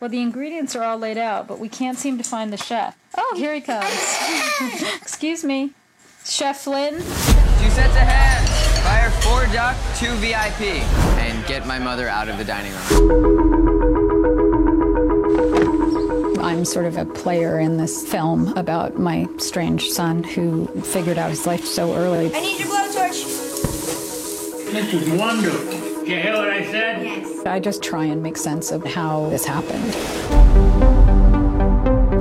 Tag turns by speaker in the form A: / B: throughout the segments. A: Well, the ingredients are all laid out, but we can't seem to find the chef. Oh, here he comes. Excuse me. Chef Flynn.
B: Two sets of hands. Fire four duck, two VIP. And get my mother out of the dining room.
C: I'm sort of a player in this film about my strange son who figured out his life so early.
D: I need your blowtorch.
E: This is wonderful. You hear what I said?
D: Yes.
C: I just try and make sense of how this happened.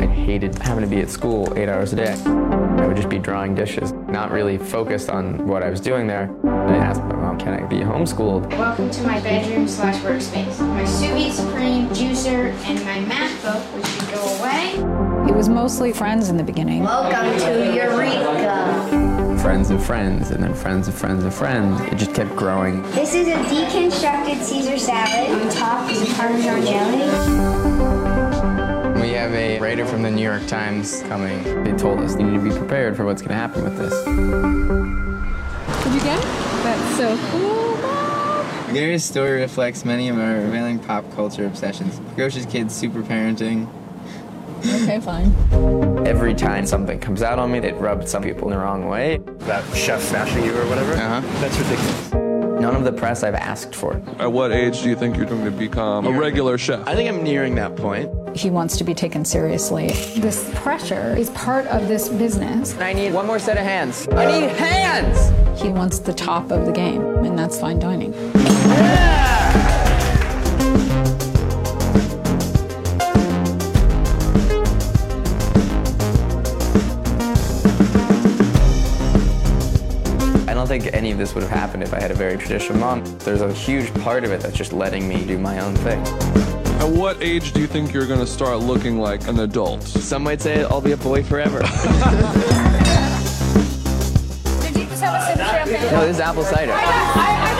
F: I hated having to be at school eight hours a day. I would just be drawing dishes, not really focused on what I was doing there. I asked my mom, can I be homeschooled?
D: Welcome to my bedroom slash workspace. My sous vide supreme juicer and my math book, which should go away.
C: It was mostly friends in the beginning.
D: Welcome to Eureka.
F: Friends of friends, and then friends of friends of friends. It just kept growing.
D: This is a deconstructed Caesar salad. On top is a Parmesan jelly.
F: We have a writer from the New York Times coming. They told us you need to be prepared for what's going to happen with this.
A: Did you get it? That's so cool.
F: Gary's story reflects many of our prevailing pop culture obsessions. Groce's kids, super parenting.
C: Okay, fine.
F: Every time something comes out on me, it rubbed some people the wrong way.
G: That chef smashing you or whatever?
F: Uh-huh.
G: That's ridiculous.
F: None of the press I've asked for.
H: At what age do you think you're going to become a regular chef?
F: I think I'm nearing that point.
C: He wants to be taken seriously. This pressure is part of this business.
B: I need one more set of hands. I need hands!
C: He wants the top of the game, and that's fine dining.
F: I don't think any of this would have happened if I had a very traditional mom. There's a huge part of it that's just letting me do my own thing.
H: At what age do you think you're going to start looking like an adult?
F: Some might say I'll be a boy forever. no,
A: Did you just have a sip of champagne?
F: this is apple cider.
A: I, I